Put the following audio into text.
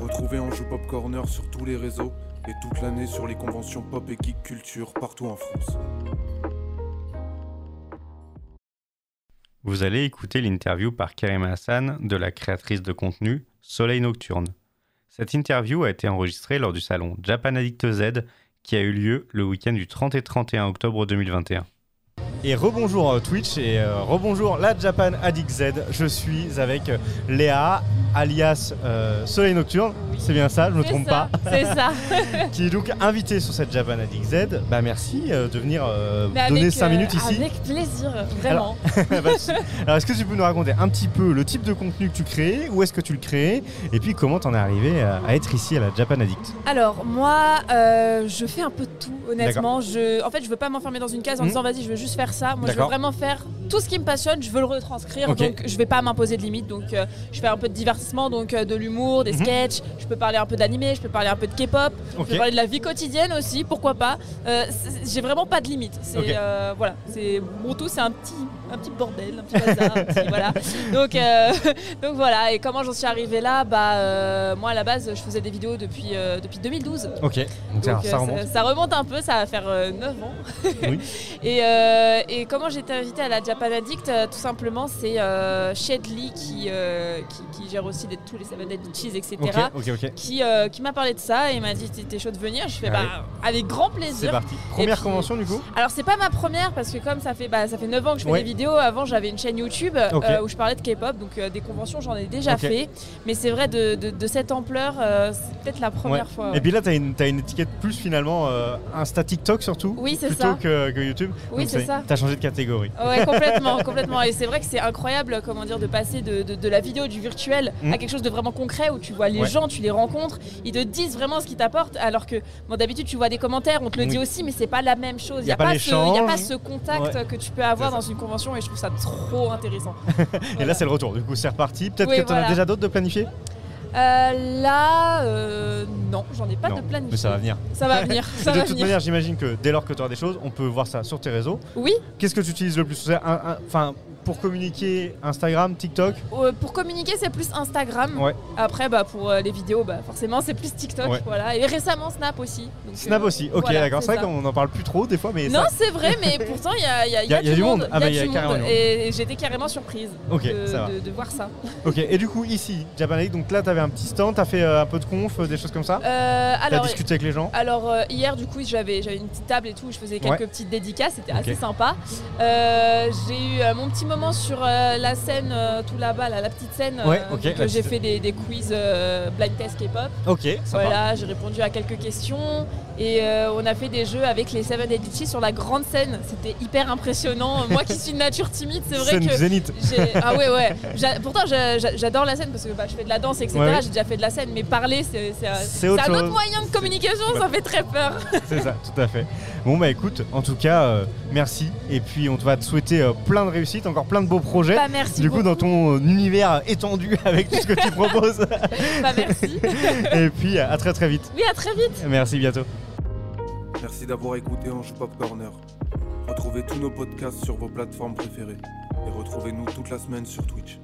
Retrouvez Anjou Pop Corner sur tous les réseaux et toute l'année sur les conventions pop et geek culture partout en France. Vous allez écouter l'interview par Karim Hassan de la créatrice de contenu Soleil Nocturne. Cette interview a été enregistrée lors du salon Japan Addict Z qui a eu lieu le week-end du 30 et 31 octobre 2021. Et rebonjour euh, Twitch et euh, rebonjour la Japan Addict Z. Je suis avec euh, Léa, alias euh, Soleil Nocturne, c'est bien ça, je ne me C'est trompe ça, pas, C'est ça. qui est donc invitée sur cette Japan Addict Z. Bah merci euh, de venir euh, Mais donner avec, 5 euh, minutes ici. Avec plaisir, vraiment. Pas de souci. Alors est-ce que tu peux nous raconter un petit peu le type de contenu que tu crées, où est-ce que tu le crées, et puis comment t'en es arrivé euh, à, à être ici à la Japan Addict Alors, moi, euh, je fais un peu de tout, honnêtement. Je, en fait, je veux pas m'enfermer dans une case en Mhm. disant vas-y, je veux juste faire ça. Moi, je veux D'accord. vraiment faire tout ce qui me passionne, je veux le retranscrire. Ok. Donc, je vais pas m'imposer de limites. Donc, euh, je fais un peu de divertissement, donc euh, de l'humour, des Mhm. sketchs. Je peux parler un peu d'animé, je peux parler un peu de K-pop, je peux parler de la vie quotidienne aussi, pourquoi pas. Euh, c'est- J'ai vraiment pas de limite. C'est Ok. euh, voilà, c'est mon tout, c'est un petit, un petit bordel, un petit bazar, un petit- voilà. Donc, euh, donc voilà. Et comment j'en suis arrivée là Bah euh, moi à la base, je faisais des vidéos depuis euh, depuis 2012. Ok, donc, ça- Donc, euh, ça remonte. ça remonte un peu, ça va faire euh, 9 ans. Oui. et, euh, et comment j'ai été invitée à la Japan Addict euh, Tout simplement, c'est euh, Shed Lee qui, euh, qui, qui gère aussi des- tous les Seven Deadly Cheese, etc Ok, ok, ok. qui, euh, qui m'a parlé de ça et m'a dit t'es- t'es chaud de venir. Je fais Ah bah, avec grand C'est plaisir. parti. Première puis- convention du coup Alors c'est pas ma première parce que comme ça fait bah, ça fait 9 ans que je fais Ouais. des vidéos. Avant j'avais une chaîne YouTube Ok. euh, où je parlais de K-pop donc euh, des conventions j'en ai déjà Ok. fait. Mais c'est vrai de, de- de cette ampleur euh, c'est peut-être la première Ouais. fois. Et puis là, t'as une, t'as une étiquette plus finalement, euh, Insta TikTok surtout, Oui, c'est plutôt ça. que, que YouTube. Oui, Donc c'est ça. T'as changé de catégorie. Ouais, complètement, complètement. Et c'est vrai que c'est incroyable, comment dire, de passer de, de- de la vidéo, du virtuel, Mm. à quelque chose de vraiment concret où tu vois les Ouais. gens, tu les rencontres, ils te disent vraiment ce qu'ils t'apportent. Alors que, bon, d'habitude, tu vois des commentaires, on te le Oui. dit aussi, mais c'est pas la même chose. Y a Il n'y a, pas pas ce- y a pas l'échange. ce contact que tu peux avoir C'est dans une convention et je trouve ça trop intéressant. Et Voilà. là, c'est le retour. Du coup, c'est reparti. Peut-être Oui, que t'en as voilà. déjà d'autres de planifier Euh, là, euh, non, j'en ai pas Non, de planifié. Mais ça va venir. Ça va venir. ça Et de va toute venir. manière, j'imagine que dès lors que tu auras des choses, on peut voir ça sur tes réseaux. Oui, Qu'est-ce que tu utilises le plus C'est un- un- Enfin, pour communiquer, Instagram, TikTok. Euh, pour communiquer, c'est plus Instagram. Ouais. Après, bah, pour euh, les vidéos, bah, forcément, c'est plus TikTok. Ouais. Voilà. Et récemment, Snap aussi. Donc, Snap euh, aussi. Ok, voilà, d'accord. C'est vrai ça. qu'on en parle plus trop des fois, mais Non, ça. c'est vrai, mais pourtant, il y a, il y a- il y a du monde. Ah Il bah, y a du carrément du monde. monde. Et et j'étais carrément surprise Ok, de, ça va. de- de voir ça. Ok. Et du coup, ici, Japan League, donc là, t'avais un petit stand, t'as fait euh, un peu de conf, euh, des choses comme ça. Euh, T'as alors, discuté avec les gens. alors euh, hier, du coup, j'avais j'avais une petite table et tout, où je faisais quelques Ouais. petites dédicaces, c'était Ok. assez sympa. Euh, j'ai eu euh, mon petit moment sur euh, la scène, euh, tout là-bas, là, la petite scène. Ouais, euh, ok, donc, la j'ai petite- fait des, des quiz euh, blind test K-pop. Ok, sympa. Voilà, j'ai répondu à quelques questions et euh, on a fait des jeux avec les Seven Editchi sur la grande scène. C'était hyper impressionnant. Moi qui suis de nature timide, c'est vrai Scène que. Zénith. j'ai- Ah ouais, ouais. J'a- Pourtant, j'a- j'a- j'adore la scène parce que bah, je fais de la danse, etc. Ouais, ouais. J'ai déjà fait de la scène, mais parler, c'est c'est un- C'est c'est autre un autre chose. Bah. moyen de communication, ça fait très peur. C'est ça, tout à fait. Bon bah écoute, en tout cas, euh, merci. Et puis on va te souhaiter euh, plein de réussites, encore plein de beaux projets. Bah, merci. du coup, beaucoup. dans ton euh, univers étendu avec tout ce que tu proposes. Bah, merci. Et puis à très très vite. Oui, à très vite. Merci, bientôt. Merci d'avoir écouté Anjou Pop Corner. Retrouvez tous nos podcasts sur vos plateformes préférées et retrouvez-nous toute la semaine sur Twitch.